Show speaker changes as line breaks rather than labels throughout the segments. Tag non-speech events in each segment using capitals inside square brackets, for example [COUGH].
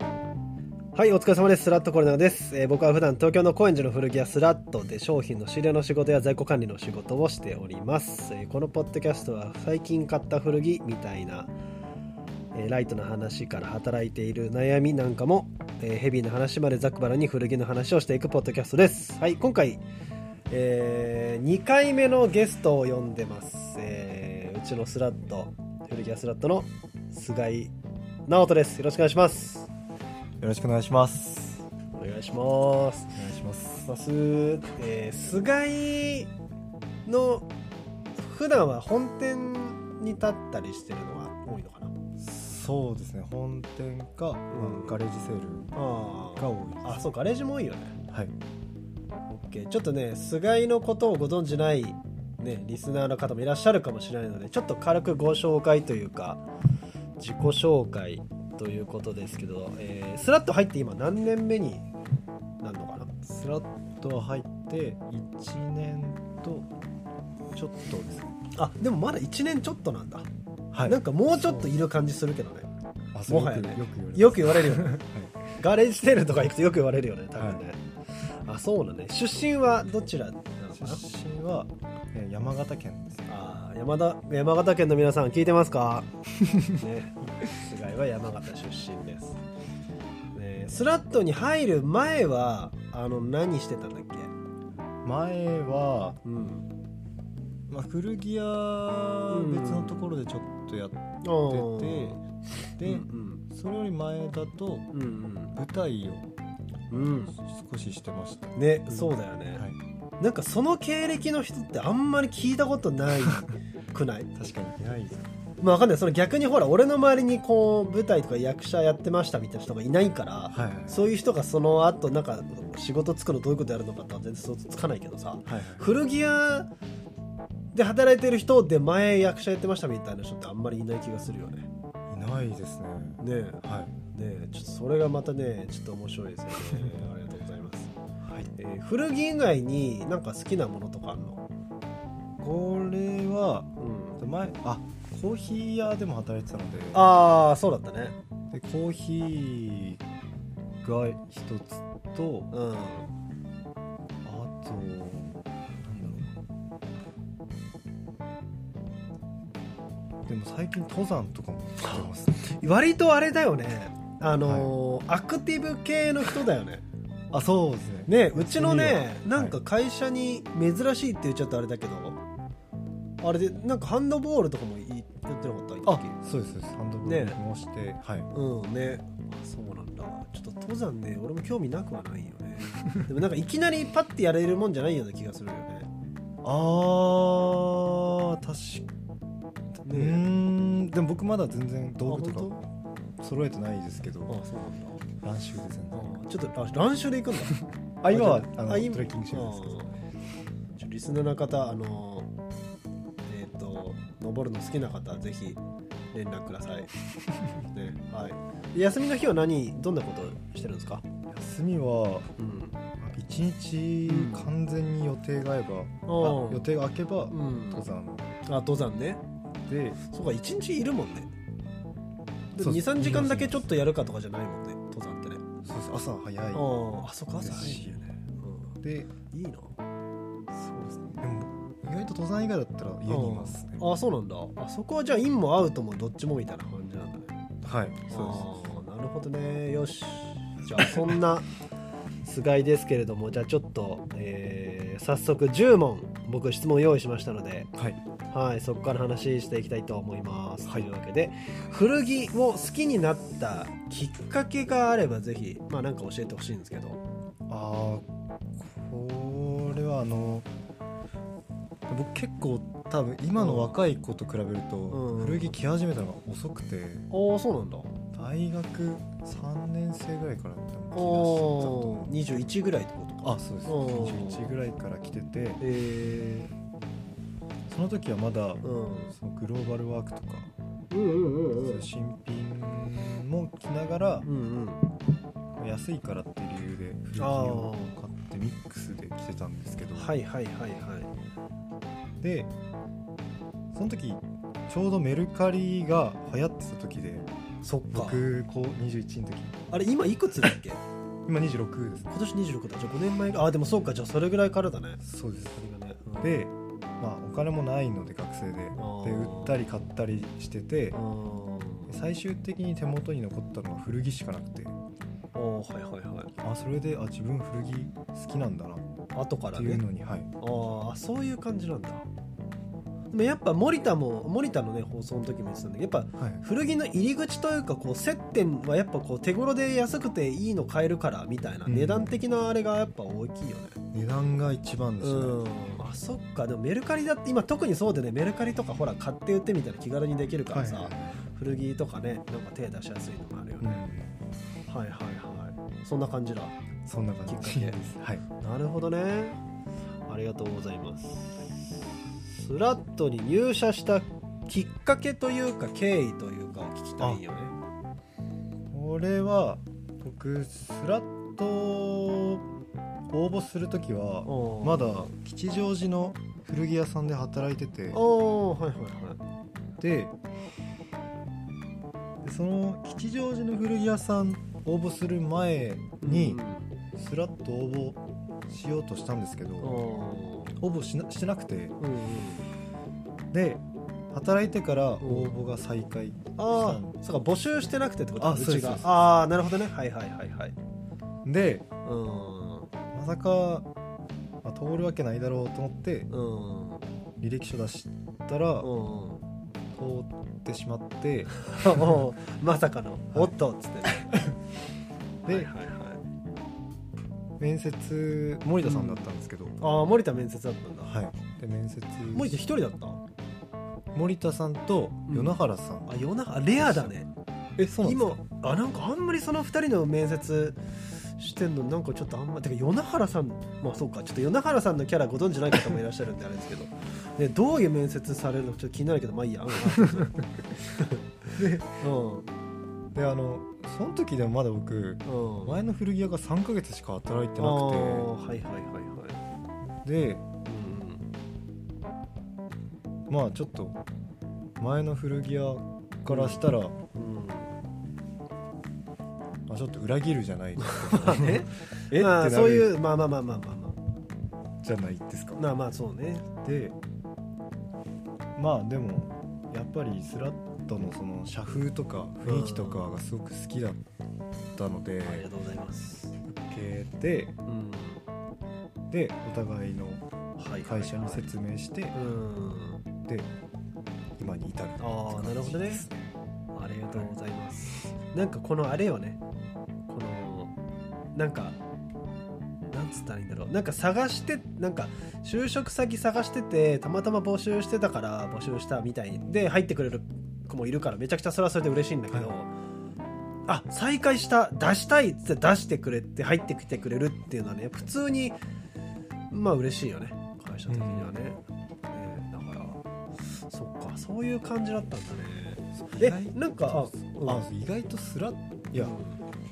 はい、お疲れ様です。スラットコレナです、えー僕は普段東京の高円寺の古着屋スラットで商品の仕入れの仕事や在庫管理の仕事をしております。えーこのポッドキャストは最近買った古着みたいな、えーライトな話から働いている悩みなんかも、えーヘビーな話までざっくばらんに古着の話をしていくポッドキャストです。はい、今回、え2回目のゲストを呼んでます。えーうちのスラット、古着屋スラットの菅井直人です。よろしくお願いします。
よろしくお願いします。
お願いします。
お願いします。
ます、えー、菅井の普段は本店に立ったりしてるのが多いのかな
そうですね、本店か、
ん
ガレージセール
あ
が多いです。
あそうガレージも多いよね
はい。
OK ちょっとね菅井のことをご存じない、ね、リスナーの方もいらっしゃるかもしれないのでちょっと軽くご紹介というか自己紹介ということですけど、えースラッと入って今何年目になるのかな
スラット入って1年とちょっとですね。
あでもまだ1年ちょっとなんだ、
は
なんかもうちょっといる感じするけどね
あそう
もはやね
よくよく
よ
く
く言われるよね
言われます、はい
ガレージセールとか行くとよく言われるよね多分ね、あそうなのね出身はどちらなのかな
出身は、えー山形県ですね。
あー山田山形県の皆さん聞いてますかね菅井は山形出身です、ね、スラットに入る前はあの何してたんだっけ
前は、
うん
まあ、古着屋
うん
別のところでちょっとやっ
おー
てて、
う
で、
ん
それより前だと
うんうん
舞台を
うん
少ししてました。
うんねそうだよね、
はい。
なんかその経歴の人ってあんまり聞いたことないくない [LAUGHS]
確かにいないですね。
まあわかんないその逆にほら俺の周りにこう舞台とか役者やってましたみたいな人がいないから
はいはい。
そういう人がその後なんか仕事つくのどういうことやるのかって全然想像つかないけどさ
はいはい
古着屋で働いてる人で前役者やってましたみたいな人ってあんまりいない気がするよね
いないですね。
ねえね
はい。
えちょっとそれがまたねちょっと面白いですよねありがとうございます、
はい
えー古着以外になんか好きなものとかあるの
これは
うん
前あコーヒー屋でも働いてたので、
ああそうだったね
でコーヒーが一つと
うん
あとなんだろう。でも最近登山とかもしてます、
割とあれだよねあのーアクティブ系の人だよね
あ、そうですね。
ねうちの
いいよ
ねなんか
は
会社に珍しいって言っちゃったあれだけど、あれでなんかハンドボールとかもいやってなかった
あ
一時、
そうですそうです。ハンドブレーキもして、はい。
うんねあそうなんだちょっと登山ね俺も興味なくはないよ
[LAUGHS]
ねでもなんかいきなりパッてやれるもんじゃないような気がするよ
[LAUGHS]
ね
あー確かうー
ね
んでも僕まだ全然道具
あ
と
本
か揃えてないですけど
当あそうなんだ
乱収で全然
あちょっとあ乱収で行くんだ
[LAUGHS] あ今は
じゃ
あの
あ今
トレッキングしてるんですけど
うんちょリスナーの方あのえっ、と登るの好きな方ぜひ連絡くだ
[LAUGHS]
さいねはい休みの日は何どんなことしてるんですか
休みは
うん
一日
うん
完全に予定が合えば、
お
あ
ー
予定が空けば
うん
登山
あ登山ね
で
そうか一日いるもんね
そう
23時間だけちょっとやるかとかじゃないもんね登山ってね
そうです朝早い
ああそっか朝
です
早い
し
よね、
で
うん、いいな
そうですねでも意外と登山以外だったら家にいますね
ああそうなんだあそこはじゃあインもアウトもどっちもみたいな感じなんだね
はいそうです
あーなるほどねよしじゃあそんな [LAUGHS] 菅井ですけれどもじゃあちょっと、えー早速10問僕質問用意しましたので、
はい
はい、そこから話していきたいと思います、
はい
というわけで古着を好きになったきっかけがあればぜひまあなんか教えてほしいんですけど
あーこれはあの僕結構多分今の若い子と比べると
うん
古着着始めたのが遅くて
ああそうなんだ
大学3年生ぐらいから多分着だしたと
お21ぐらいってことか
あそうです
おー
21ぐらいから来てて
え
その時はま
ー、
だ
うん
そのグローバルワークとか
うんうんう
そういう新品も着ながら
うんうん
安いからっていう理由で古着を買ってミックスで着てたんですけど
はいはいはいはい
でその時ちょうどメルカリが流行ってた時で
そっか
僕こう21の時
あれ今いくつだっけ
今26ですね
今年26だじゃあ5年前ぐらいあでもそうかじゃあそれぐらいからだね
そうです
それがね、で
で、まあ、お金もないので学生でで
ー
売ったり買ったりしてて最終的に手元に残ったのは古着しかなくて
ああはいはいはい
あそれであ自分古着好きなんだなっ
後から
ていう
ね
のに、はい、
ああそういう感じなんだでもやっぱ森田も森田のね放送の時も言ってたんだけどやっぱ
はい、
古着の入り口というかこう接点はやっぱこう手頃で安くていいの買えるからみたいな、
うん
値段的なあれがやっぱ大きいよね
値段が一番ですね、
うんあそっかでもメルカリだって今特にそうでねメルカリとかほら買って売ってみたいな気軽にできるからさ、
はい
古着とかねなんか手出しやすいのもあるよ
う
ね、
ん、
はいはいはいそんな感じだ
そんな感
き
じ
っかけ
です、はい、
なるほどねありがとうございますスラットに入社したきっかけというか経緯というかを聞きたいよね
これは僕スラットを応募する時は
おー
まだ吉祥寺の古着屋さんで働いてて
おおはいはいはい
ででその吉祥寺の古着屋さん応募する前にスラッと応募しようとしたんですけ
うん
ど
おー
応募しなしてなくて
うんうん
で働いてから応募が再開
ああそうか募集してなくてってこと
あそうです
ちが
そうです
ああなるほどねはいはいはいはい
で
うん
まさか、まあ通るわけないだろうと思って
うん
履歴書出したら
う
通
ん
ってしま [LAUGHS] って
おうまさかの「おっと」っつってね
で
はいはいはい
面接森田さんだったんですけど、
ああ森田面接だったんだ、
はいで面接
森田一人だったあ
森田さんと
うん
与那原さん、
夜中レアだね
えそ
今あなんかあんまりその二人の面接してんのなんかちょっとあんまてか夜中原さんまあそうかちょっと夜中原さんのキャラご存じない方もいらっしゃるんであれですけど、ね、どういう面接されるのかちょっと気になるけどまあいいやうんうん
であのその時でもまだ僕
うん
前の古着屋が3ヶ月しか働いて
ああ
な
はいはいはいはい
くてで
うん
まあちょっと前の古着屋からしたら、
うん
まあ、ちょっと裏切るじゃない [LAUGHS] です
まあね [LAUGHS]
え
まあ
ってなる
そういうまあまあまあまあまあま
じゃないですか
あまあまあそうね
でまあでもやっぱりスラットのその社風とか雰囲気とかがすごく好きだったので
ありがとうございます
受けて
うん
でお互いの
はい
会社に説明して
うん
で今に至るって
ああなるほどね
です
ありがとうございますなんかこのあれよねこのなんかなんつったらいいんだろうなんか探してなんか就職先探しててたまたま募集してたから募集したみたいで入ってくれる子もいるからめちゃくちゃそれはそれで嬉しいんだけど、
はい
あ再開した出したいっつって出してくれて入ってきてくれるっていうのはね普通にまあ嬉しいよね会社的にはね,ね、だからそっかそういう感じだったんだねえ
意外と
なんかあうん
あ意外とスラッいや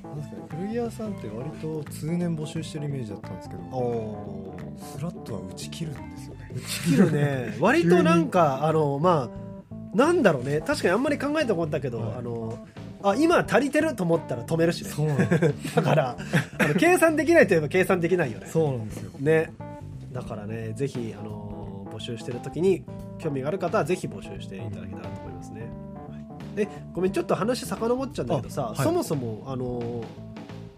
なんですかね古着屋さんって割と通年募集してるイメージだったんですけ
お
ど
お
スラットは打ち切るんですよね
打ち切る
[LAUGHS]
ね割となんかあのまあなんだろうね確かにあんまり考えたことだけど、
はい
あのあ今足りてると思ったら止めるしね
うなんです
だからあの計算できないといえば計算できない
[LAUGHS]
よね
そうなんですよ
ねだからねぜひあの募集してる時に興味がある方はぜひ募集していただけたらと思いますね、はいえごめんちょっと話遡っちゃうんだけどさ、
あはい
そもそもあの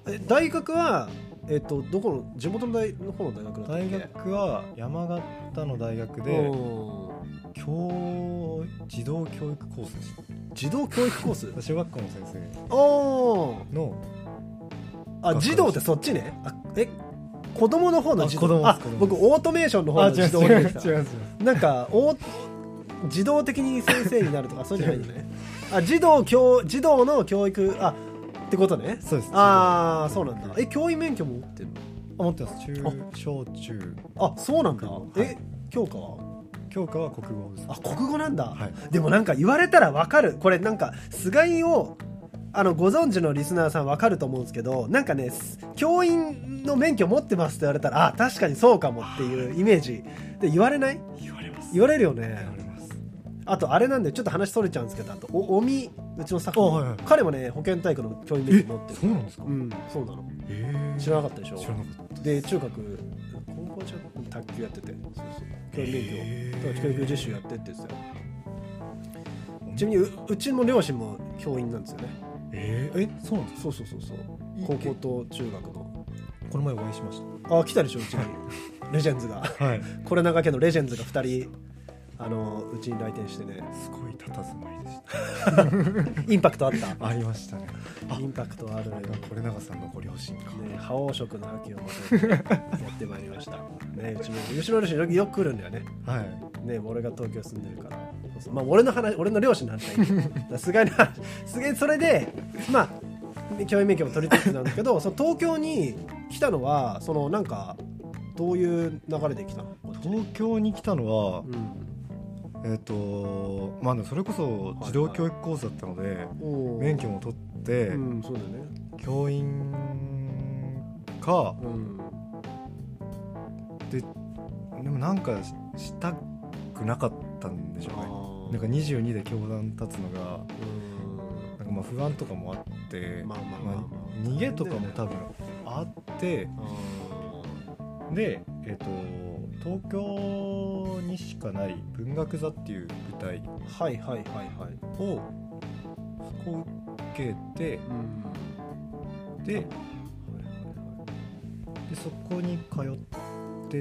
え大学はえっとどこの地元の大の方の大学だったっけ
大学は山形の大学で
うん
教児童教育コースでし
児童教育コース
た小学校の先生
お
の
あ児童ってそっちねあえ子供の方の児童
あ子供
あ
です子供です
僕オートメーションの方の児童
違う違う違
で
う
した
違う
なんかお自動的に先生になる [LAUGHS] とかそういうんじゃないのねあ児童教児童の教育あってことね
そうです
ああそうなんだえ教員免許も持ってる
あ持ってます中小中
のあそうなんだ、
はい
え教科は
教科は国語です
あ国語なんだ、
はい
でもなんか言われたらわかるこれなんか菅井をあのご存知のリスナーさんわかると思うんですけどなんかねす教員の免許持ってますって言われたらあ確かにそうかもっていうイメージで言われない
言われます
言われるよね
言われます
あとあれなんでちょっと話それちゃうんですけどあとおおみうちのスタッフ
あ
の、
はいはい
彼もね保健体育の教員免許持ってる
そうなんですか
うんそうなの
えー
知らなかったでしょ
知らなかった
で中学高校中学校卓球やっててそうそう教員免許を、
えー
教育実習やってって言ってたよちなみにううちの両親も教員なんですよね
えー、えそうなんです
そ
か
うそうそうそう
いい
高校と中学の
この前お会いしまし
あ来たでしょうちに [LAUGHS] レジェンズが
たはい
これ長家のレジェンズが2人あのうちに来店してね
すごい佇まいでした
インパクトあった
ありましたねあ
インパクトあるのよ
これが是永さんのご両親か、
ね、覇王色の秋をまとってやってまいりました。ね、うちの、うちの両親よく来るんだよね。
はい
ね、俺が東京住んでるから。そうそうまあ、俺の話、俺の両親の話だけどだからすがいな、すげえ、それで、まあ、教員免許も取りつつなんだけど、その東京に来たのは、そのなんか、どういう流れで来たの
東京に来たのは、
うん。
えっ、とまあでもそれこそ児童教育講座だったので、
おー
免許も取って、
うん、そうだよね。
教員か
うん。
でもなんかししたくなかったんでしょうね
あー
なんか22で教団立つの
う
が
ん
なんかまあ不安とかもあって、
まあまあまあまあ
逃げとかも多分あって
あ
で、えっと東京にしかない文学座っていう舞台
ーはいはいはいはい。
をそこを受けて
うん。
でで
はいはいはい
そこに通って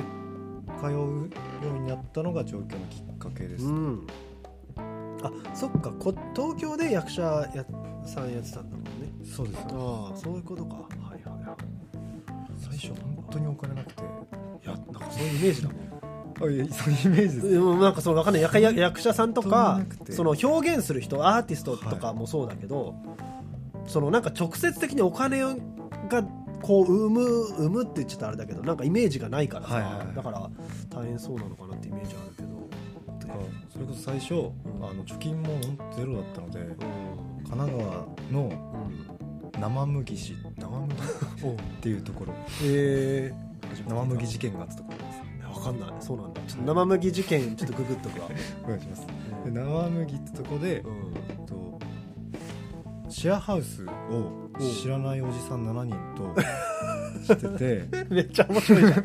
通うようになったのが上京のきっかけです、
うん、あそっかこ東京で役者やさんやってたんだもんね
そうですよ
ああそういうことかはいはいは
最初本当にお金なくて
いいやなんかそういうイメージだもん
あいやそういうイメージです
でもなんかそのわかんない役役役者さんとか
本当になくて
その表現する人アーティストとかもそうだけど、そのなんか直接的にお金がこう生む生むって言っちゃったらあれだけどなんかイメージがないからさ、
はいはいはい
だから大変そうなのかなってイメージあるけど
とかそれこそ最初、
ん
あの貯金も本当ゼロだったので
うん
神奈川の
うん
生麦市生 [LAUGHS] 麦っていうところ
えー
生麦事件があったところです
いやわかんないそうなんだちょっと生麦事件ちょっとググっとく
[LAUGHS]
わ、
お願いしますで生麦ってとこで、
うん
えっとシェアハウスを知らないおじさん7人
[LAUGHS]
としてて
めっちゃ面白いじゃん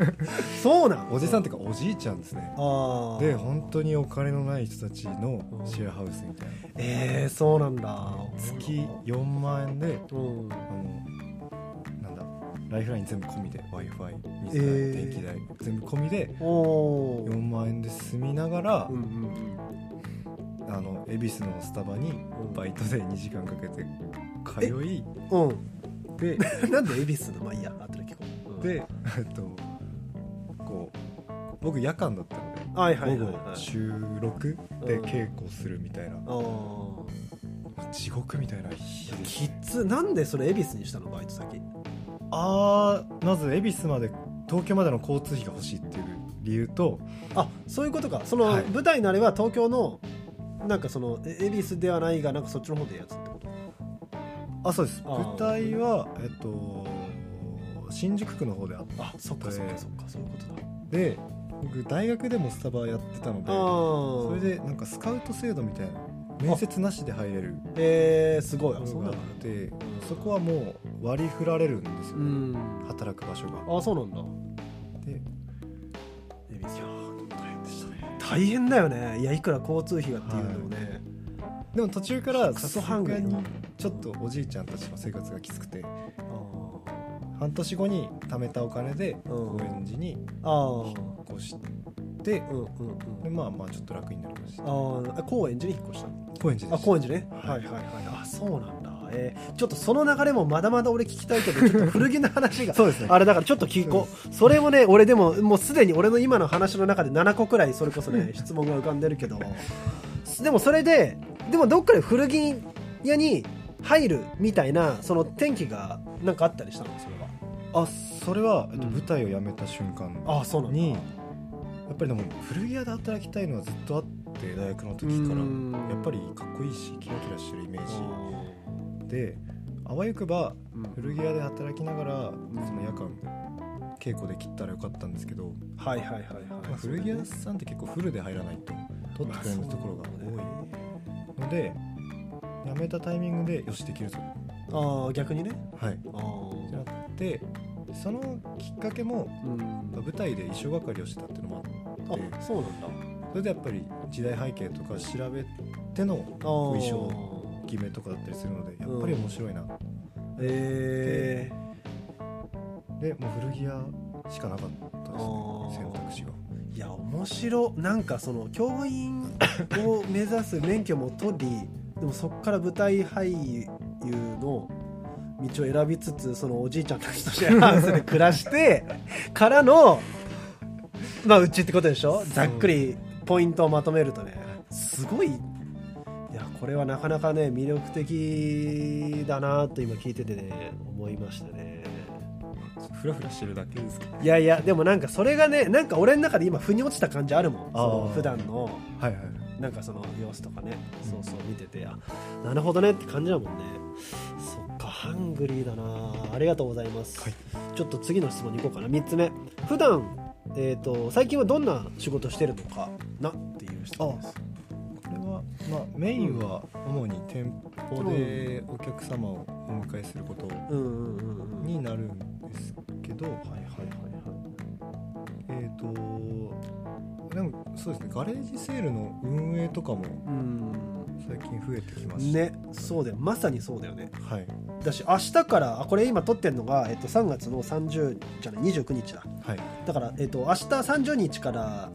そうなん
おじさんっていうかおじいちゃんですね
ああ
で本当にお金のない人たちのシェアハウスみたいな
えー、そうなんだ
月4万円で
うん
あのなんだライフライン全部込みで w i f i 水
え
代、
ー
電気代全部込みで
おお
4万円で住みながら
うん、うん
あの恵比寿のスタバに
うん
バイトで2時間かけて通い
うん
で
うんなんで恵比寿のまあいいや後で聞こう、うん
で、えっと、こう僕夜間だったので
はいはい
午
はい、
後
はい、
収録で稽古するみたいな、
あー
地獄みたいな日で
きつなんでそれ恵比寿にしたのバイト先
あーまず恵比寿まで東京までの交通費が欲しいっていう理由と
あそういうことかその、
はい
舞台のあれは東京のなんかそのえ恵比寿ではないがなんかそっちの方でやつってこと
あそうです
あー
舞台はえっと新宿区の方であっ
あそっかそっかそっかそういうことだ
て僕大学でもスタバやってたのでそ
そ
れでなんかスカウト制度みたいな面接なしで入れる
えー、すごい
と
あ
こ
そうな
ろが
ん
あ
だ
ってそこはもう割り振られるんですよ
う
ね、
ん
働く場所が
あそうなんだ
で
恵比寿
大変でしたね
大変だよねいやいくら交通費がっていうのもね、
でも途中から
ク
さ
ソ
す
ハング
が
リー
にちょっとおじいちゃんたちの生活がきつくて
あ
半年後に貯めたお金で
うん
高円寺に
ーあ
越して
ーうんうんう
で
ん
まあまあちょっと楽になりました
あーあ高円寺に引っ越した
高円寺
あ
です
高円寺ね
はい
はいはいあそうなんだえーちょっとその流れもまだまだ俺聞きたいけ [LAUGHS] どちょっと古着の話が
そうですね
あれだからちょっと聞こうそれもね俺でももうすでに俺の今の話の中で7個くらいそれこそ [LAUGHS] ね質問が浮かんでるけどでもそれででもどっかで古着屋に入るみたいなその天気がなんかあったりしたのそれは
あそれは、えっと、
うん
舞台を辞めた瞬間
あそうなんだ
にやっぱりでも古着屋で働きたいのはずっとあって大学の時か
うん
らやっぱりかっこいいしキラキラしてるイメージであわよくば古着屋で働きながらその夜間稽古できたらよかったんですけど、
はいはいはいはい、
まあ古着屋さんって結構フルで入らないと
取ってくれる
まあそういうところが
多
のでやめたタイミングでよしできるぞ
いああ逆にね
はい
あ
ってな
あ
ってそのきっかけも
うん
舞台で衣装係をしてたっていうのもあって
あそうなんだ
それでやっぱり時代背景とか調べての
衣
装決めとかだったりするのでやっぱり面白いな、
え
でもう古着屋しかなかったで
あ
す
ー
ね選択肢が
ー、いや面白なんかその教員を目指す免許も取りでもそこから舞台俳優の道を選びつつそのおじいちゃんたちとシェアハウスで暮らしてからのまあうちってことでしょ
そう
ざっくりポイントをまとめるとねすごいいやこれはなかなかね魅力的だなと今聞いててね思いましたね。
フラフラしてるだけですか
いやいやでもなんかそれがねなんか俺の中で今腑に落ちた感じあるもんそ
あー
の普段の
はいはい
なんかその様子とかね
うん
そうそう見ててあなるほどねって感じだもんねそっかハングリーだなありがとうございます、
はい
ちょっと次の質問に行こうかな3つ目普段えー、と最近はどんな仕事してるのかなっていう質問です
これは、まあ、メインは主に店舗でお客様をお迎えすること
うんうんうんうん
になるんですけど、
はいはいはい
えっ、とでもそうですねガレージセールの運営とかも
はい
最近増えてき
う
まし
ん
た
ねそうだよまさにそうだよね
はい
だし明日からあこれ今撮ってんのが、えっと、3月の30じゃない29日だ
はい
だから、えっと、明日30日から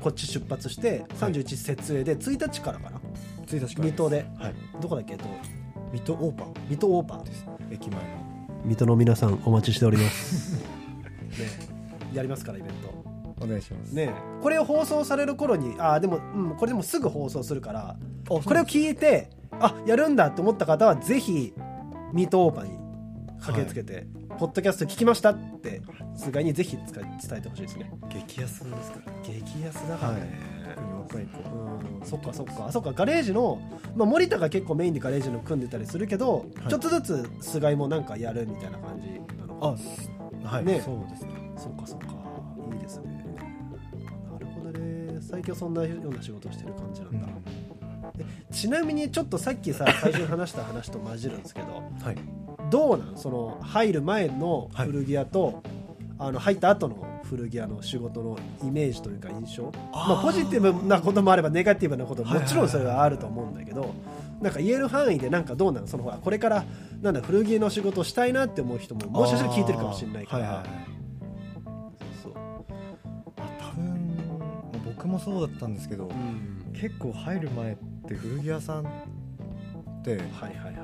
こっち出発して31日設営で1日からかな
1日から
水戸で
はい
どこだっけ、えっと、
水戸オーパ
水戸オーパー
ーです駅前の
水戸の皆さんお待ちしております [LAUGHS] ねやりますからイベント
お願いします
ねこれを放送される頃にあーでも、うん、これでもすぐ放送するからこれを
き
聞いてあやるんだと思った方はぜひミートオーパーに駆けつけて、ポッドキャスト聞きましたって数回にぜひ使い伝えてほしいですね
激安ですから
激安だ
からね
ね、
若い子
うんそっかそっかあそっかガレージの、まあ、森田が結構メインでガレージの組んでたりするけど、
はい
ちょっとずつ菅井もなんかやるみたいな感じなのか
あはい、
ね
そうですね
そっかそっかいいですねなるほどね最近はそんなような仕事をしてる感じなんだ、ちなみにちょっとさっきさ最初に話した話と混じるんですけど
はい
どうなんその入る前の古着屋と、あの入った後の古着屋の仕事のイメージというか印象まあ、ポジティブなこともあればネガティブなことも
はい
も
はい
ち
はい
ろんそれはあると思うんだけどなんか言える範囲でなんかどうなんそのほらこれからなんだ古着の仕事をしたいなって思う人ももしかしたら聞いてるかもしれないから、
あーはいはいはい
そう
まあ多分まあ僕もそうだったんですけど、
うん
結構入る前って古着屋さんっ
は
て
いはいはい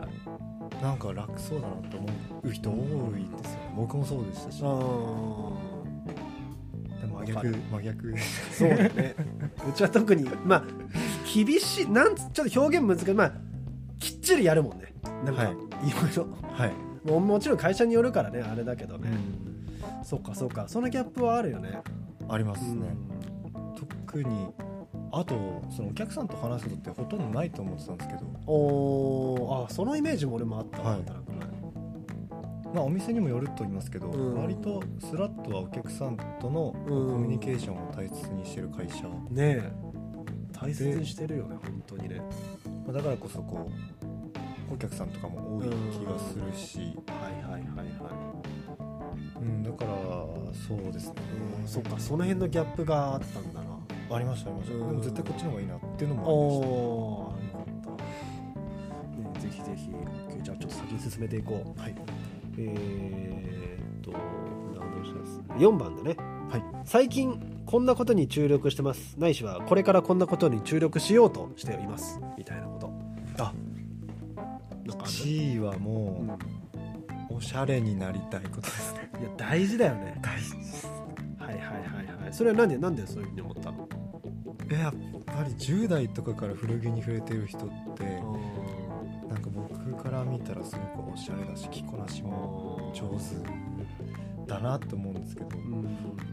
なんか楽そうだなと思う人多いんですよね僕もそうでしたし
あー
で
わ
も真
か
逆
る
真逆
そうだねうちは特にまあ厳しいなんつちょっと表現難しいまあきっちりやるもんねなんか、
はい
いろいろ
[LAUGHS] はい、
もうもちろん会社によるからねあれだけどね、そっかそっかそのギャップはあるよね
あります
う
ね、
ん
特にあとそのお客さんと話すことってほとんどないと思ってたんですけど
おーあそのイメージも俺もあったわ、
はい
なんとなくね
まあ、お店にもよると言いますけど、
うん
割とスラッとはお客さんとのコ
うん
ミュニケーションを大切にしてる会社、ま
ねえ大切にしてるよね本当にね
あだからこそこうお客さんとかも多い気がするし、
はいはいはいは
うん、だからそうですね、
い、うん、そっかその辺のギャップがあったんだな
ありましたありました、
うん
でも絶対こっちの方がいいなっていうのも
おーよかったねぜひぜひ OK じゃあちょっと先に進めていこうはいえー、っと何でしたっけ4番だね
ありましたはい
最近こんなことに注力してますないしはこれからこんなことに注力しようとしていますみたいなこと
あ
なんかある、
1位は
う
も
ん
うおしゃれになりたいことですね
いや大事だよね
大事です
はいはいはいはいそれはなんでなんでそういうふうに思ったの
えやっぱり10代とかから古着に触れてる人って、なんか僕から見たらすごくおしゃれだし着こなしも上手だなと思うんですけど
うん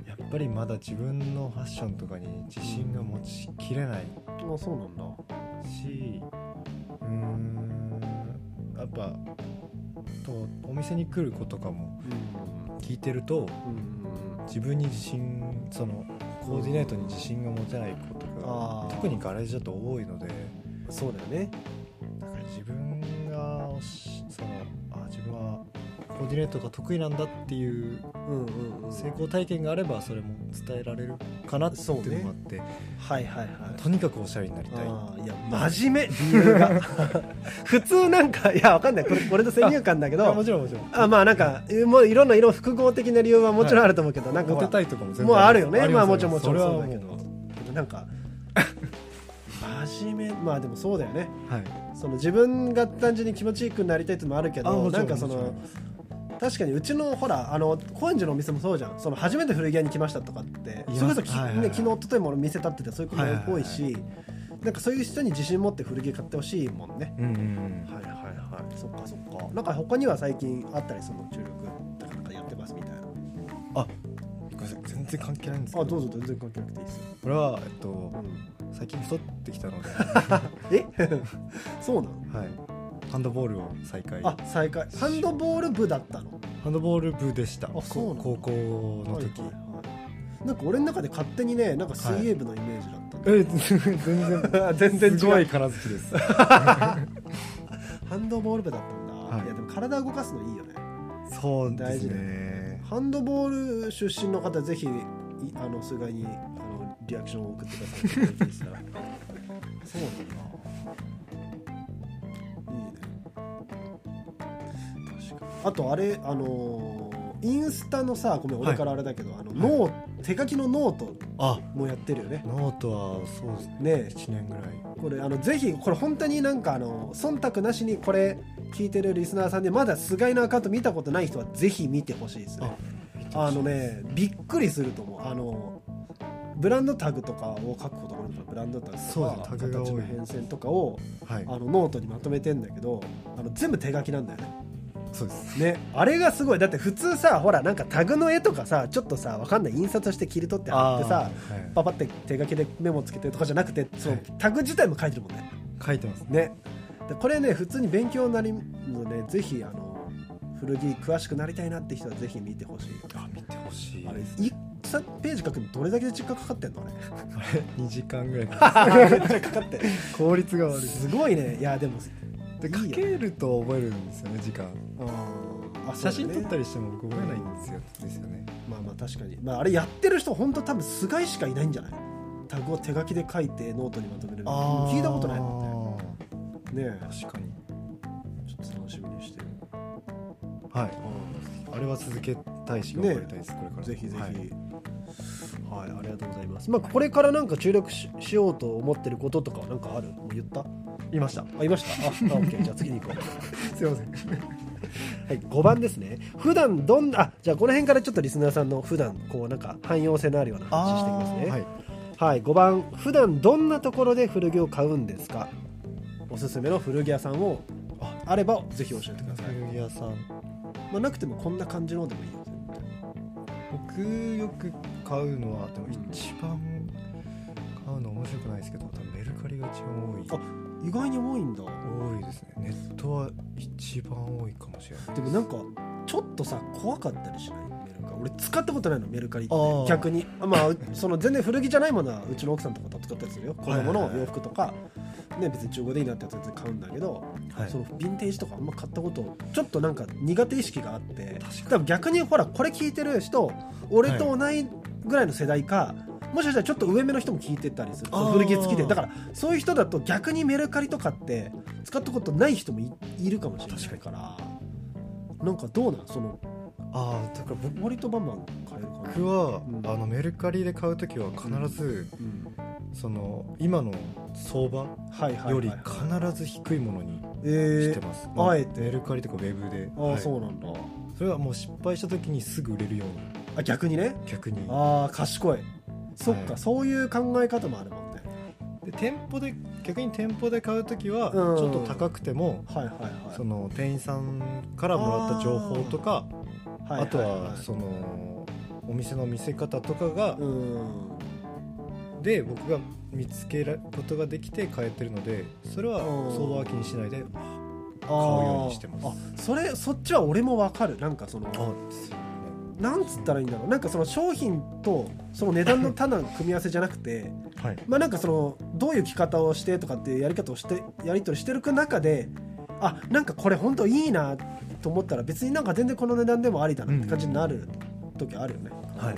やっぱりまだ自分のファッションとかに自信が持ちきれない
あそうなんだ
しうーんやっぱとお店に来る子とかも聞いてると
うん
自分に自信そのコーディネートに自信が持てない子と
あ
か
ー
特にガレージだと多いので
そうだよね
だから自分がおしそのあ自分はコーディネートが得意なんだっていう
うんうんうん
成功体験があればそれも伝えられるかなっていうのもあって、
はいはいはい
とにかくおしゃれになりたい
あーいや真面目理由が [LAUGHS] 普通なんかいやわかんないこれこれと先入観だけ
いやも
ど
ちろんもちろん
あまあなんかえもういろんな色々複合的な理由はもちろんあると思うけど、なんか
モ
ほ
テ
ら
たいとかも全
もうあるよね
り
まあ
す
もちろんもちろん
それはもう
そうだけなんか [LAUGHS] 真面目まあでもそうだよね
はい
その自分が単純に気持ちよくなりたいっていうのもあるけ
あ
ど
もち
な
ろ
んかそ
もちろ
の確かにうちのほらあの高円寺のお店もそうじゃんその初めて古着屋に来ましたとかって
いや
それこそき、
はいはいはい
ね、昨日一昨日も俺店立っててそういう子も多いし、
は
なんかそういう人に自信持って古着買ってほしいもんね
うんうんうん
はいはいはいそっかそっかなんか他には最近あったりその注力とかなんかやってますみたいな
あごめんなさい全然関係ないんですけど
あどうぞ全然関係なくていいですよ、
これはえっと最近太ってきた
[LAUGHS]
ので
えそうなの
はいハンドボールを再開
あ再開ハンドボール部だったの
ハンドボール部でした
あそうなんだ
高校の時、
はいはいはいなんか俺の中で勝手にねなんか水泳部のイメージだったんだ、
え全然
[LAUGHS] 全然違う
すごい金
[LAUGHS]
槌です
ハンドボール部だったんだ、
はい
い、やでも体動かすのいいよね
そうで
大
す
事だよ
ね
ハンドボール出身の方ぜひいあの数回にあのリアクションを送ってください [LAUGHS] そうなんだいいね確かにあとあれあのーインスタのさごめん
はい
俺からあれだけど、あのノー手書きのノート
あ
もやってるよね
ノートはそう
ねえ
ですね1年ぐらい
これあのぜひこれ本当になんかあの忖度なしにこれ聞いてるリスナーさんでまだ菅井のアカウント見たことない人はぜひ見てほしいですねあのねびっくりすると思うあのブランドタグとかを書くことがあるんだブランドタグと
そうだね
か
タグが多い
形の変遷とかを
はい
あのノートにまとめてんだけどあの全部手書きなんだよね
そうです
ねあれがすごいだって普通さほらなんかタグの絵とかさちょっとさわかんない印刷して切り取って貼ってさ
あーはい
パパって手書きでメモつけてとかじゃなくてその
はい
タグ自体も書いてるもんね
書いてますね
ねでこれね普通に勉強になりのでぜひあの古着詳しくなりたいなって人はぜひ見てほしい
あ見てほしい
あれ1ページ書くのどれだけで時間かかってんのあれ
2時間ぐらいか
[LAUGHS]
か [LAUGHS]
めっちゃかかって
る効率が悪い
すごいねいやでも
で
いい
か
よ
けると覚えるんですよね時間
あ
写真撮った
り
りしても僕覚えないんですよですよね
まあまあ確かに、まあ、あれやってる人本当多分菅井しかいないんじゃないタグを手書きで書いてノートにまとめる聞いたことないも
もん
んねねえ
確かに
ちょっと楽しみにしてる
はいあれは続けたいし頑張りたいです、これから
ぜひぜひ、は
はいい、
ありがとうございます。まあ、これからなんか注力ししようと思ってることとかはなんかあるもう言ったあ、
言いました
いましたあ、あ
[LAUGHS]
OK。じゃあ次に行こう。
すいません
[LAUGHS] はい、5番ですね。普段どんな、あじゃあこの辺からちょっとリスナーさんの普段こうなんか汎用性のあるような話していきますね。
は
はい、
い、
5番、普段どんなところで古着を買うんですかおすすめの古着屋さんをああればぜひ教えてください。
古着屋さん
まあ、なくてもこんな感じのでもいいよ。
僕よく買うのはでも一番買うの面白くないですけど多分メルカリが一番
意外に多いんだ。
多い多いですねネットは一番多いかもしれない
でもなんかちょっとさ怖かったりしないメルカリ俺使ったことないのメルカリって
あー
逆にあまあうその全然古着じゃないものはうちの奥さんとかと使ったりするよ子供
は
の
いはいは
洋
い
服とか、ね、別に中古でいいなってやつは全然買うんだけど、
はい
そのヴィンテージとかあんま買ったことちょっとなんか苦手意識があって
確かに
多分逆にほらこれ聞いてる人俺と同いぐらいの世代か、もしかしたらちょっと上目の人も聞いてたりする
あー
古着好きでだからそういう人だと逆にメルカリとかって使ったことない人もいいるかもしれない
確
からなんかどうなんその
ああだから
割とバンバン買える感じ、
僕は、
うん
あのメルカリで買う時は必ず、
うん
その今の相場
はいはいはい
より必ず低いものに
え
して
ー
ます、
あえて
メルカリとかウェブで
ああ、
はい
そうなんだ
それはもう失敗した時にすぐ売れるように
あ逆にね
逆に
ああ賢いそっか、
はい
そういう考え方もあるもんね
で店舗で逆に店舗で買う時はち
うん
ょっと高くても、
はいはいはい
その店員さんからもらった情報とかあ,、
いいい
とはそのお店の見せ方とかが、
うん
で僕が見つけることができて買えてるのでそれは
うん
相場は気にしないで
買
うようにしてます
あそれそっちは俺もわかるなんかその
あですよね
なんつったらいいんだろうなんかその商品とその値段の単なる組み合わせじゃなくて
はい
まあなんかそのどういう着方をしてとかっていうやり方をしてやり取りしてる中であなんかこれ本当いいなと思ったら別になんか全然この値段でもありだなって感じになる時あるよね。
はい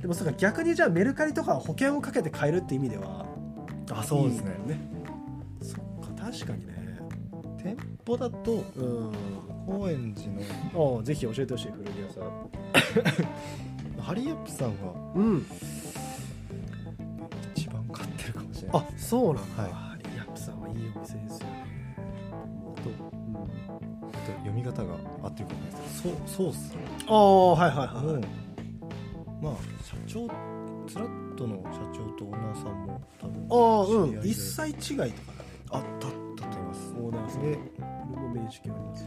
でもそうか逆にじゃあメルカリとかは保険をかけて買えるって意味では
あそうですね
いいねそっか確かにね
店舗だと
うん
高円寺の
ああぜひ教えてほしい古着屋さん
ハリーアップさんは
うん
一番買ってるかもしれない
あそうなんだ、
はい
リアップさんはいいお店ですよねと
あと読み方が合ってるかもしれないですけどそうそうっすね
ああはいはい
もうまあ社長つらっとの社長とオーナーさんも多分
ああ
知り
う
合い
ん
で
一切違いとかだね
あったったと思います
オーナーさん
で
これも面識あります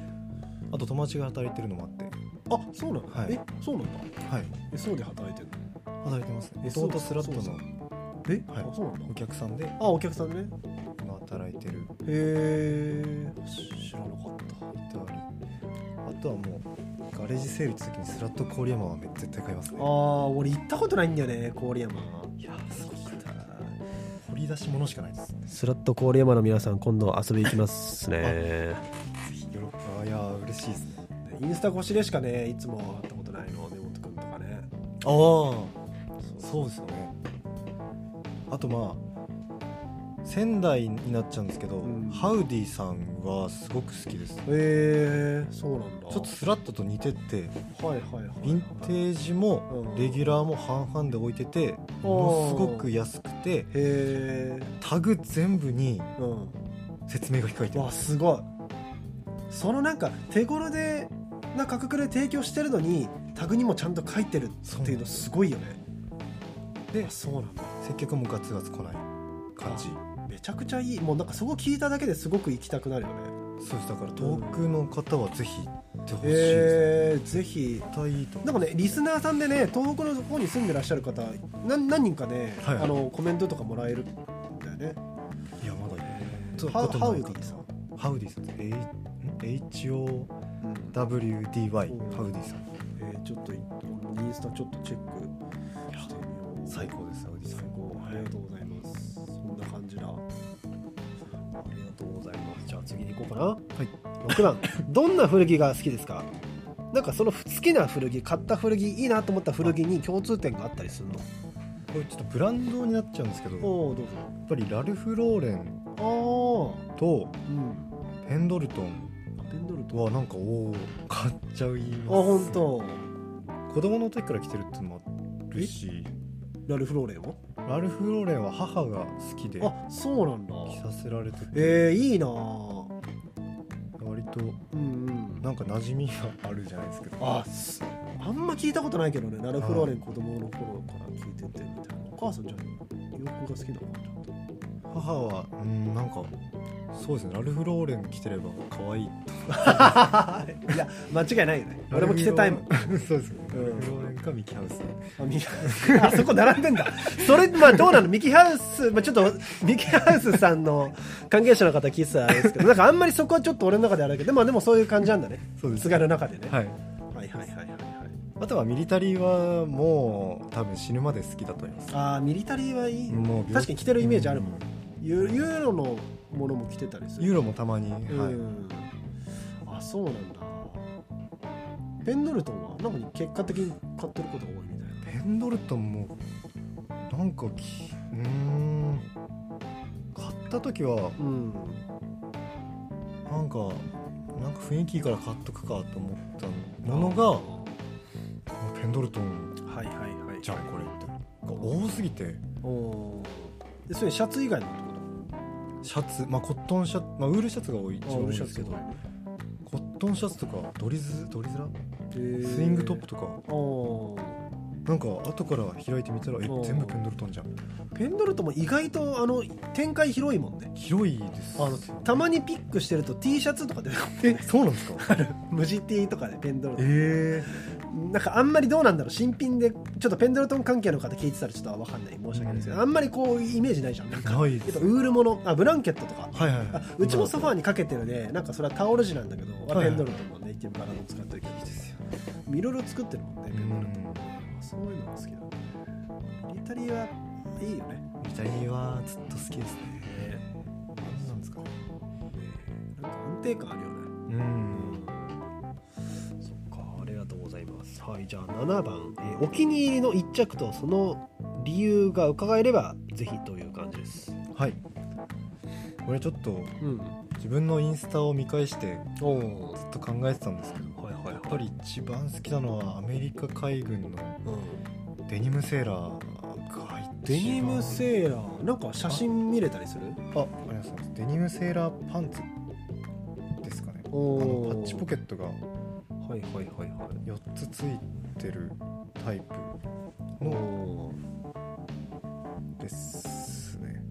あと友達が働いてるのもあって
あそうなんだ、
はい
えそうなんだ
はい
えそうで働いてる
働いてます
え
ね
そう
弟スラット
そう
の
え、
はい
あそうなんだ
お客さんで
あお客さんね
まあ働いてる
へえ知らなかった
いてあるあとはもうガレージ整理した時にスラット郡山はめ絶対買いますね
ああ俺行ったことないんだよね郡山
いやそうか掘り出し物しかないですね
スラット郡山の皆さん今度遊び行きますね
ぜひ喜ぶあいやー嬉しいですね
インスタ越しでしかねいつも会ったことないの根本君とかね
ああそうですよねあとまあ仙台になっちゃうんですけど、
うん
ハウディさんはすごく好きですち
へえそうなんだ
ょっとスラットと似てて
はいはいはい
ヴィンテージも
うん
レギュラーも半々で置いてて
あー
ものすごく安くて
へえ
タグ全部に
うん
説明が書いて
わ
ま
あ
す
すごいそのなんか手頃でな価格で提供してるのにタグにもちゃんと書いてるっていうのすごいよね
で
あそうなんだ
接客もガツガツ来ない感じ
めちゃくちゃいいもうなんかそこ聞いただけですごく行きたくなるよね
そうですだから遠くの方はぜひ行ってほしいです、
へえぜひ
絶対いいと思
なん
う
かねリスナーさんでね東北の方に住んでらっしゃる方な何人かね、
はいはい
あのコメントとかもらえるんだよね
いやまだちょっと
ハウ
こと
ハウ
ない
ディさん、
ハウディさんです H- HOWDY
うん
ハウデ
うん
ィさん
えーちょっといインスタちょっとチェックしてみよう
最高ですハウディさ
最
ん
高ありがとうございますそんな感じだありがとうございますじゃあ次に行こうかなはい6番どんな古着が好きですかなんかその好きな古着買った古着いいなと思った古着に共通点があったりするの
これちょっとブランドになっちゃうんですけどやっ
おおどう
ぱりラルフ・ローレン
ぞあ
と
あうん
ペンドルトン
ペンドルトン
はなんかおお買っちゃい
あ
ます
本当。
子供の時から着てるってのもあるし
ラルフローレンを
ラルフ・ローレンは母が好きで着
あそうなんだ
させられてて、
えー、いいなあ
割と
うんうん
なんか馴染みがあるじゃないですけど
あすあんま聞いたことないけどねラルフローレン子供の頃から聞いててみたいなお母さんじゃあ洋服が好きなのかなちょっと
母はうんなんかそうですねラルフ・ローレン着てれば可愛い
いや間違いないよね俺も着せたいもん
ラルフロー
[LAUGHS]
そうですね
うん
ラルフ・ローレンかミキハウス
あミキあそこ並んでんだそれまあどうなのミキハウス、まあ、ちょっとミキハウスさんの関係者の方聞いてたらあれですけどなんかあんまりそこはちょっと俺の中であれだけどでもでもそういう感じなんだね
そうです
津軽の中でね、
はい
はい、はいはいはいはい
あとはミリタリーはもう多分死ぬまで好きだと思います
ああミリタリーはいい
もう
確かに着てるイメージあるもん、
う
ユユーロのものも着てたりする
ユーロもたまに、はい
うんあそうなんだペンドルトンはなんか結果的に買ってることが多いみたいな
ペンドルトンもなんかきうーん買った時は
うん
なんかなんか雰囲気いいから買っとくかと思ったものがペンドルトン
はいはいはい
じゃんこれって多すぎて
おーでそれシャツ以外のってこ
シャツまあコットンシャツ、まあ、ウールシャツが多い一
と
番多いですけどコットンシャツとかドリズドリズラスイングトップとか
プおー
なんか後から開いてみたらえ
おう
全部ペンドルトンじゃん
ペンドルトンも意外とあの展開広いもんね
広いです
あのたまにピックしてると T シャツとかで [LAUGHS]
えそうなんですか [LAUGHS]
無地 T とかでペンドルトン
え
なんかあんまりどうなんだろう新品でちょっとペンドルトン関係の方聞いてたらちょっと分かんない申し訳ないですけど、
うん
あんまりこういうイメージないじゃんなんか
ない
や
で
っぱ
す
ウールものあブランケットと
[LAUGHS]
か
はいはい、は
あ
いう
ちもソファーにかけてるでなんかそれはタオル地なんだけど、あ
はい
ペンドルトンのネイティブ柄の使ってるけどいろいろ作ってるもんねペ
う
ダルと
ん
かそういうのも好きだミリタリーはいいよね
ギタリーはずっと好きですね何なんですか
なんか安定感あるよね
うん
そっかありがとうございますはいじゃあ7番、えーお気に入りの1着とその理由が伺えればぜひという感じです
はい俺ちょっと
うん
自分のインスタを見返して
おお
ずっと考えてたんですけど
はいはいはい
やっぱり一番好きなのはアメリカ海軍の
うん
デニムセーラーが一番
デニムセーラーなんか写真見れたりする
あありがとうございますデニムセーラーパンツですかね
お
あの
お
パッチポケットが
はいはいはいは
4つついてるタイプ
い
の
おー
ですね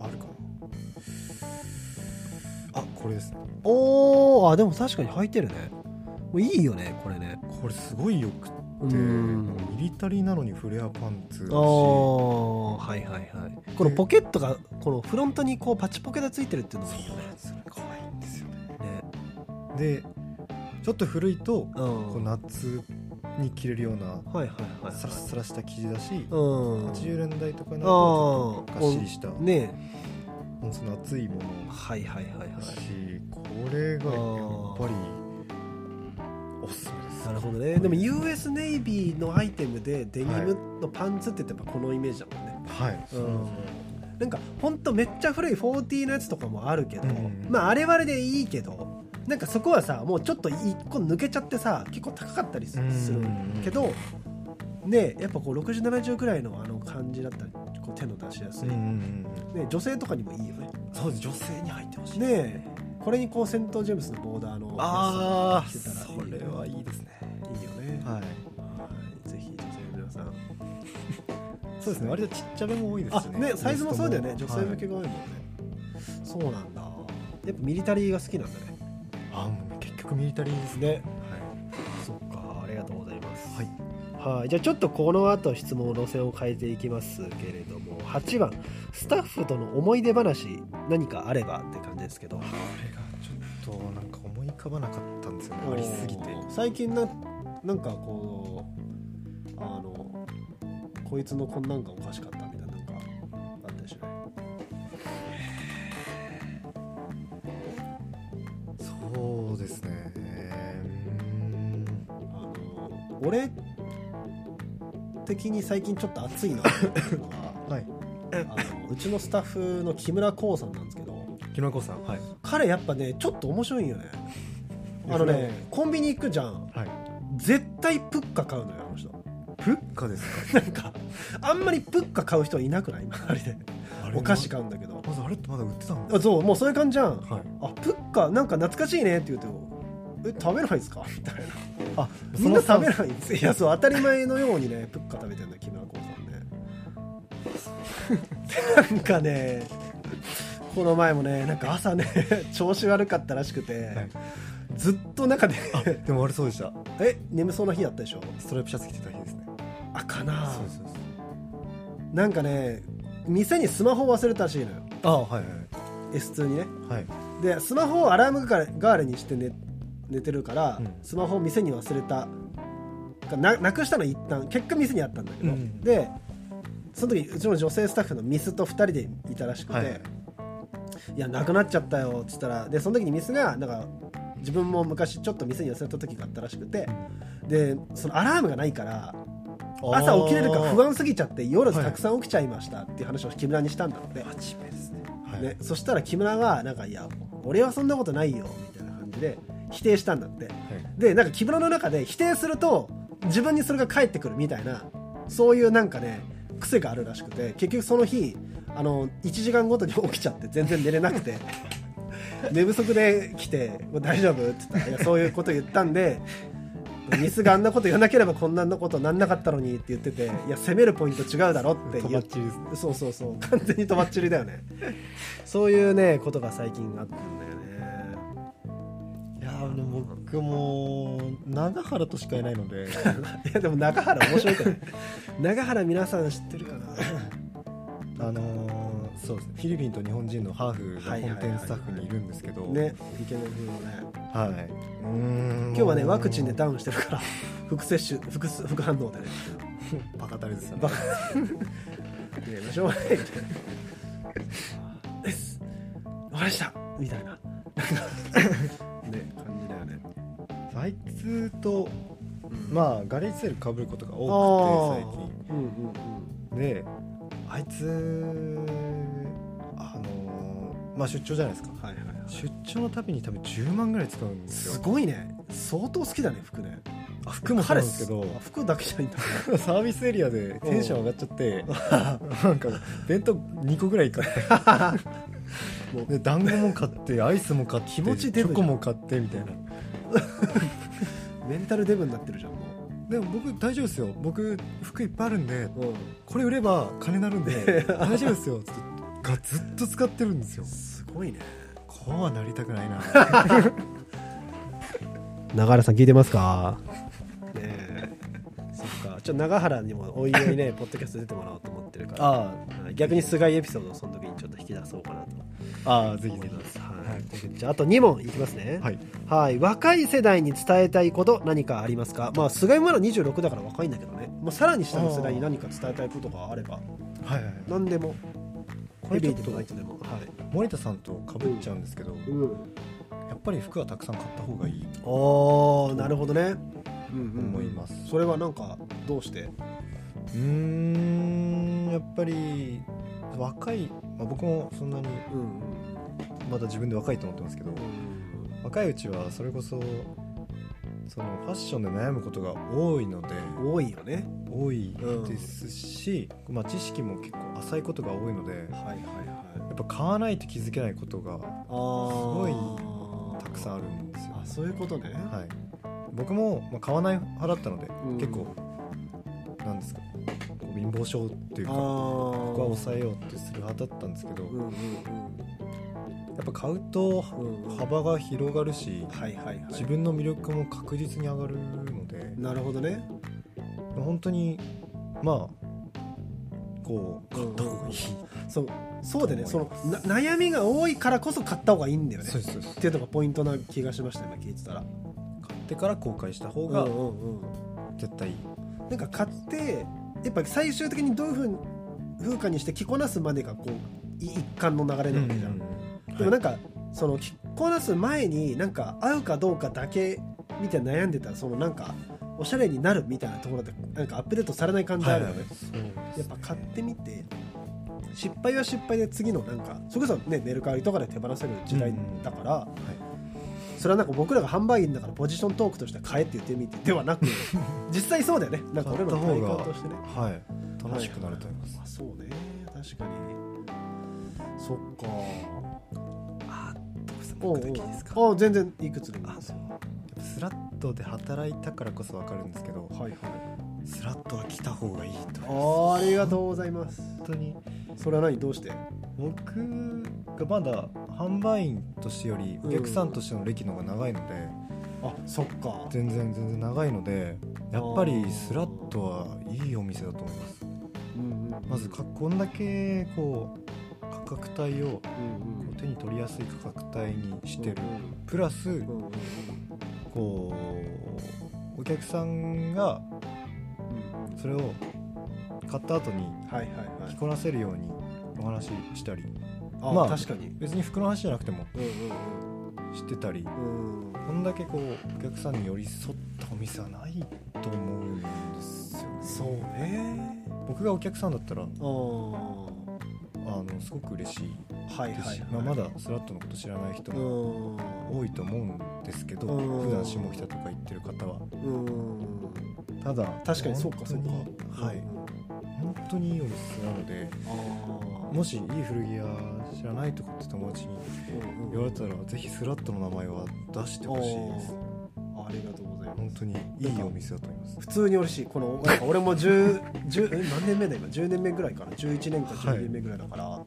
あるかなあこれですね
おーあでも確かに履いてるねもういいよねこれね
これすごいよくって
うん
ミリタリーなのにフレアパンツだし
ああはいはいはいこのポケットがこのフロントにこうパチポケがついてるっていうのもいいよ
そうなんですそれ可愛いんですよね
ねね
でちょっと古いと
うん
こう夏に着れるような
はいはいはい
サラッサラした生地だし
うん
80年代とかになるとちょっとがっしりした
ね
その熱いもの
はいはいはいは
だし
い
これがやっぱりおすすめです
なるほどねでも US ネイビーのアイテムでデニムのパンツって言ってやっぱこのイメージだもんね、
はい
うんなんかほんとめっちゃ古い40のやつとかもあるけど、
うん
まああれはあれでいいけどなんかそこはさもうちょっと一個抜けちゃってさ結構高かったりす
うん
するけどねやっぱこう6070くらいのあの感じだったりこう手の出しやす
う
い、
んうんうん
ね、女性とかにもいいよね
そうです女性に入ってほしい
ねこれにこうセント・ジェームスのボーダーの
ああ
着てたらいい
それはいいですね
いいよね
はい
はいぜひ女性の皆さん
そうですね割とちっちゃめも多いで
あ
すしね
ねサイズもそうだよね女性向け
は
が
い
多いもんね、そうなんだやっぱミリタリーが好きなんだね
あもう結局ミリタリーですね
ね
は
そっかありがとうございます
いはい
はい、じゃあちょっとこの後質問路線を変えていきますけれども8番スタッフとの思い出話何かあればって感じですけど
これがちょっとなんか思い浮かばなかったんですよねありすぎて
最近ななんかこうあのこいつのこんなんがおかしかったみたいななんかあったでしょ
そうですね
あの俺的に最近ちょっと熱いなっていうのは
[LAUGHS] うーんはい
あのうちのスタッフの木村光さんなんですけど
木村子さんはい
彼やっぱねちょっと面白いんよねあのねコンビニ行くじゃん
はい
絶対プッカ買うのよあの人
プッカです
[LAUGHS] なんかあんまりプッカ買う人いなくない今あれで
か
お菓子
か
買うんだけど
まずあれってまだ売ってたんだ
あそうもうそういう感じじゃん
はい
あプッカなんか懐かしいねって言うと「え食べないですか?」みたいな
あ
みんな食べ
る
ないんですいやそう当たり前のようにねプッカ食べてるの木村光さんね
[LAUGHS]
なんかねこの前もねなんか朝ね調子悪かったらしくて、
はい
ずっと中で
[LAUGHS] でもあれそうでした
え眠そうな日やったでしょ
ストライプシャツ着てた日ですね
あかな
そうですそうです
なんかね店にスマホを忘れたらしいのよ
あはい
S2 にね
はいはい
でスマホをアラーム代わりにして寝寝てるから、
うん
スマホを店に忘れたかななくしたの一旦結果店にあったんだけど、
うん
でその時うちの女性スタッフのミスと2人でいたらしくて、
はい
い、やなくなっちゃったよっつったらでその時にミスがなんか自分も昔ちょっと店に忘れた時があったらしくて、でそのアラームがないから朝起きれるか不安すぎちゃって夜たくさん起きちゃいましたっていう話を木村にしたんだって、
真面目ですねはい
ね、そしたら木村がなんか「いや俺はそんなことないよ」みたいな感じで否定したんだってでなんか木村の中で否定すると自分にそれが返ってくるみたいなそういうなんかね癖があるらしくて結局その日あの1時間ごとに起きちゃって全然寝れなくて [LAUGHS] 寝不足で来て「もう大丈夫?」って言ったらいや「そういうこと言ったんで」ミスがあんなこと言わなければこんなことなんなかったのにって言ってていや攻めるポイント違うだろって
と
言っ
ばっちりですね
そうそうそう完全にとばっちりだよねそういうねことが最近あったんだよね
いやーでも僕も長原としかいないの [LAUGHS] で
いやでも
[LAUGHS]
中原面白いからね中原皆さん知ってるかな
あのーそうですねフィリピンと日本人のハーフが
はいはい
本
はい
店スタッフにいるんですけど
ねイケメン風のね
はい、今
今日はねワクチンでダウンしてるから副接種副す副反応でね
バカタレですよね
バカいやしょうがないみたいなですわかりましたみ
[LAUGHS]
たいななんかね感じだよね
あいつと
あ
まあガレージセールかぶることが多くて最近
うんうん
であいつあのーまあ出張じゃないですか
うんはいはいはい
出張のたびに多分10万ぐらい使うんですよ
すごいね相当好きだね服ね
あ服もそうなんですけど
彼服だけじゃないんだ
サービスエリアでテンション上がっちゃってなんか弁当2個ぐらい買って
もう
で団子も買ってアイスも買って
気持ち出
チ
るじゃん
ョコも買ってみたいな
メンタルデブになってるじゃんも
でも僕大丈夫ですよ僕服いっぱいあるんで
う、
これ売れば金なるんで [LAUGHS] 大丈夫ですよつってがずっと使ってるんですよ
すごいね
こうはなりたくないな
長原さん聞いてますかねえそっかちょっと長原にもおいおい [LAUGHS] ねポッドキャスト出てもらおうと思ってるから
あ
はい逆に菅井エピソードをその時にちょっと引き出そうかなと
あああぜひ
思
ぜ
いま
ひ
す、はい
はい
ということでじゃああと2問いきますね
はい
はい若い世代に伝えたいこと何かありますかまあ菅井もまだ26だから若いんだけどね、まあ、さらに下の世代に何か伝えたいことがあれば
はいはい
何でもヘ
これち
ビ
ょ
ー
っ
で
と
もライトでもはい
森田さんとかぶっちゃうんですけど
うん
やっぱり服はたくさん買った方がいい
ああなるほどね、うんうん
思います
それはなんかどうして
うーんやっぱり若い、まあ、僕もそんなに
うん
まだ自分で若いと思ってますけど若いうちはそれこそそのファッションで悩むことが多いので
多いよね
多いですし、まあ、知識も結構浅いことが多いので
はいはいはい
やっぱ買わないと気づけないことが
あすごい
たくさんあるんですよ。
あそういうことね、
はい、僕も、まあ、買わない派だったので、
うん
結構なんですかこう貧乏症っていう
ああ
かここは
抑
抑えようってする派だったんですけど、
うんうん
やっぱ買うと
うんうん
幅が広がるし、
はいはいはい
自分の魅力も確実に上がるので
なるほどね
本当にまあこう買った方がいい、
そうそうでねそ
と思
の
います
な悩みが多いからこそ買った方がいいんだよね
[LAUGHS] そう
っ
ですそうです
ていうのがポイントな気がしました今聞いてたら
買ってから後悔した方
うんう
が
んうん
絶対いい、
なんか買ってやっぱ最終的にどういうふう風化にして着こなすまでがこうい一貫の流れなわけじゃん、でもなん
か
か、その着こなす前になんか合うかどうかだけ見て悩んでたらそのなんかおしゃれになるみたいなところでなんかアップデートされない感じあるよね、やっぱ買ってみて失敗は失敗で次のなんかそれこそねメルカリとかで手放せる時代だから、それはなんか僕らが販売員だからポジショントークとして買えって言ってみてでは
[LAUGHS]
なく実際そうだよねなんか俺らの体感としてね
はい、はい、楽しくなると思います、
あそうね確かにそっか
あ徳さん
おうおうあ全然いくつでもいいです
うやっぱスラットで働いたからこそ分かるんですけど
はいはい
スラットは来た方がいいと
あありがとう
う
ございます
本当に
それは何どうして
僕がまだ販売員としてより
うん
お客さんとしての歴の方が長いので、
あそっか
全然全然長いのでやっぱりスラットはいいお店だと思います
うんうん
まずかこんだけこう価格帯
う
を
んうん
手に取りやすい価格帯にしてる
うん
プラス
うんうん
こうお客さんが
うんうん
それを買った後に
はいはいは
着
い
こなせるようにお話ししたり
あ、
まあ
確かに
別に服の話じゃなくても
うん
してたり
うんうんうん
こんだけこうお客さんに寄り添ったお店はないと思うんですよね
そうね
僕がお客さんだったら
ああ
あのすごく嬉しい
はい
ですし、
はい、はい
まあ、まだスラットのこと知らない人
う
も
ん
多いと思うんですけど
うん
普段下北とか行ってる方は
うん
ただ
確かにそうかそう
本当に
か
はい本当にいいお店なので
ああ
もしいい古着屋知らないとかって友達に言われたらぜひスラットの名前は出してほしいです
あーありがとうございま
本
す
当にいいお店だと思います
普通に嬉しいこのなんか俺も10 10え何年目だ今10年目ぐらいかな11年か12年目ぐらいだから、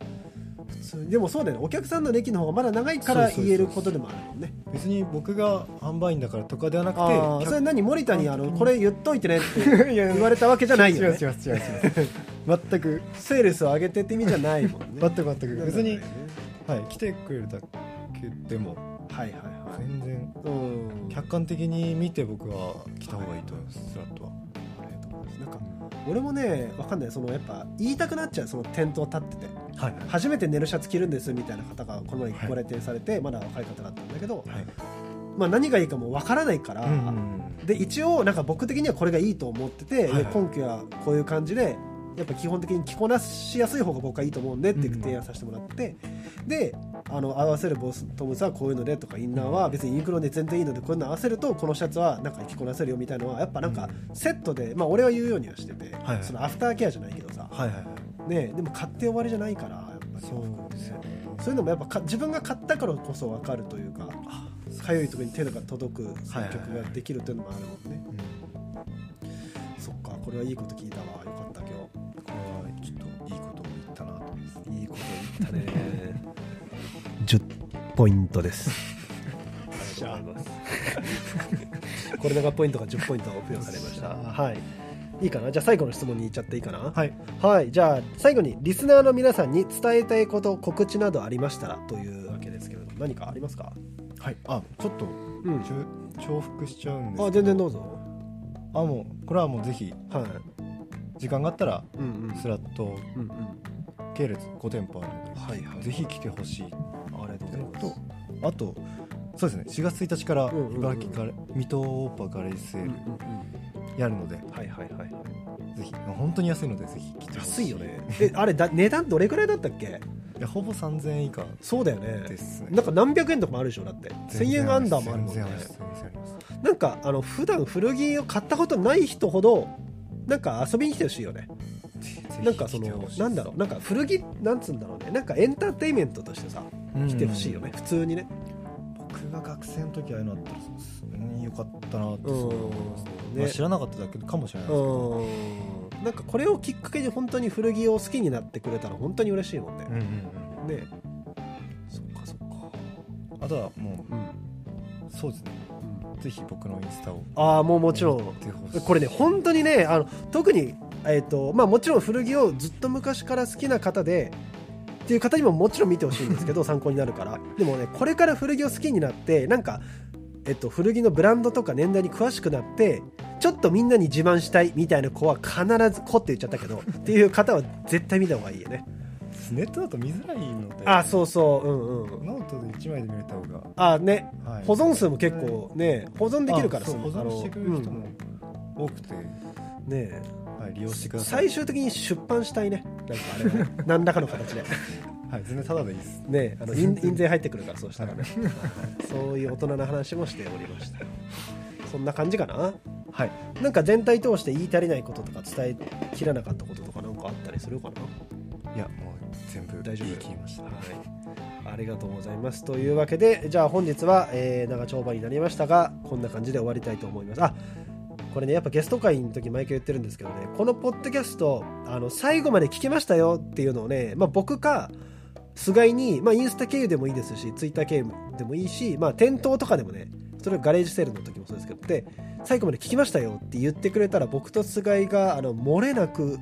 普通にでもそうだよねお客さんの歴の方がまだ長いから
そうそうそう
言えることでもあるもんね
別に僕が販売員だからとかではなくて
ああそれ何森田にあのこれ言っといてねって
いや
[LAUGHS] 言われたわけじゃないよね
違う違う違う違う全く
セールスを上げてって意味じゃないもんね
全く全
[LAUGHS]
く別に
は、
はい、来てくれるだけでも
いはいはい
全然
うん
客観的に見て僕は来た方がいいと思いますスラットは、
ありがとうございますなんか俺もねわかんないそのやっぱ言いたくなっちゃうその店頭立ってて
はい
初めて寝るシャツ着るんですみたいな方がこの前
はい
ご来店されて、まだ若い方だったんだけど、
はい
まあ、何がいいかもわからないから、で一応なんか僕的にはこれがいいと思ってて、
はいはい
で今期はこういう感じでやっぱ基本的に着こなしやすい方が僕はいいと思うんでっていう提案させてもらって、であの合わせるボストムズはこういうのでとかインナーは別にユニクロで全然いいのでこういうの合わせるとこのシャツはなんか着こなせるよみたいなのはやっぱなんかセットで、まあ、俺は言うようにはしてて、
はいはい
そのアフターケアじゃないけどさ、
はいはいはい
ね、でも買って終わりじゃないからやっぱり
そうですよね
そういうのもやっぱか自分が買ったからこそ分かるというかかゆいところに手が届く
はいはい
選曲ができるというのもあるもんね、
うん
そっかこれはいいこと聞いたわよかった今
これはちょっといいことを言ったなと思います
日いいこと言ったね10ポイントですありがとうございますこれだがポイントが10ポイント付与されましたはいいいかなじゃあ最後の質問にいっちゃっていいかなは
はい
はい、じゃあ最後にリスナーの皆さんに伝えたいこと告知などありましたらというわけですけれども何かありますか
はいあちょっと
うん
ちょ重複しちゃうんですけど
あ全然どうぞ
あもうこれはもうぜひ
はい
時間があったら
うんうん
スラット
うんうん
系列5店舗あるので、
はいはい
ぜひ来てほしい
ありがとうござい
の
ます
とあとそうですね4月1日から
うんうんうん
茨城ガレ、水戸オーパーガレージセ
う
ー
んうん
ル
うん
やるので、
はいはいはい
ぜひ本当に安いのでぜひ来てほ
安
しい
いよねえあれだ値段どれくらいだったっけ
いやほぼ3000円以下
そうだよね
ですね
なんか何百円とかもあるでしょだって1000円アンダーもあるもんね
全然ります全然あります
なんかあの普段古着を買ったことない人ほどなんか遊びに来てほしいよねなんかそのなんだろうなんか古着なんつうんだろうねなんかエンターテインメントとしてさ
う
来てほしいよね、普通にね
僕が学生の時ああいうのあったらうんよかったなってすごい思いますね
うんね
まあ知らなかっただけかもしれないですけど
うんなんかこれをきっかけに本当に古着を好きになってくれたら本当に嬉しいもんね
うん、うん
ねそっかそっか
うんあとはも
うん、
うそうですねぜひ僕のインスタを
ああもうもちろ
見
ん
てほしい
これね本当にねあの特に、えーとまあ、もちろん古着をずっと昔から好きな方でっていう方にももちろん見てほしいんですけ [LAUGHS] ど参考になるからでもねこれから古着を好きになってなんか、えっと、古着のブランドとか年代に詳しくなってちょっとみんなに自慢したいみたいな子は必ず「子」って言っちゃったけどっていう方は絶対見た方がいいよね
ネットだと見づらいので
あそうそううんうん
ノートで1枚で見れた方が、
あね
はい
保存数も結構ね保存できるから
あそ
その
う保
あ
存
の
してくれる人も多くて、
うんねえ
はい、利用してください
最終的に出版したいねなんか
[LAUGHS]
あれは何らかの形で
はい全然ただでいいです
ね
[LAUGHS]
あの印印税入ってくるからそうしたらねそういう大人な話もしておりましたよそんな感じかな
はい
なんか全体通して言い足りないこととか伝えきらなかったこととかなんかあったりするかない
やもう全部
大丈夫
言い切りました
はいありがとうございますというわけでじゃあ本日は、えー長丁場になりましたがこんな感じで終わりたいと思いますあこれねやっぱゲスト会の時毎回言ってるんですけどねこのポッドキャストあの最後まで聞きましたよっていうのをね、まあ、僕か菅井に、まあ、インスタ経由でもいいですしツイッター経由でもいいし、まあ、店頭とかでもねそれはガレージセールの時もそうですけどで最後まで聞きましたよって言ってくれたら僕と菅井があの漏れなく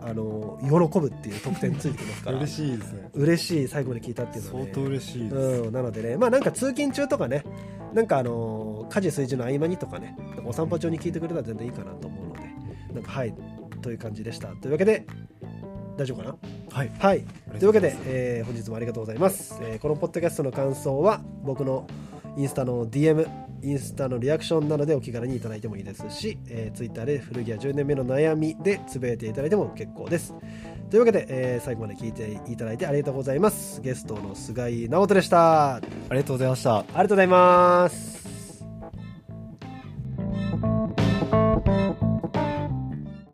あの喜ぶっていう特典ついてきますから
嬉しいですね
嬉しい最後に聞いたっていうのは、
相
ね、
当嬉しいです、
うん、なのでねまあなんか通勤中とかねなんかあのー家事炊事の合間にとかねお散歩中に聞いてくれたら全然いいかなと思うのでなんかはいという感じでしたというわけで大丈夫かな
はい
はい
りが
という
と
わ
うご
け
ざい
で
ます、
えー本日もありがとうございます、えーこのポッドキャストの感想は僕のインスタの DM インスタのリアクションなどでお気軽にいただいてもいいですし、えー、Twitter で古着屋10年目の悩みでつぶやいていただいても結構ですというわけで、えー最後まで聞いていただいてありがとうございますゲストの菅井直人でしたあり
ありがとうございました
がとうございます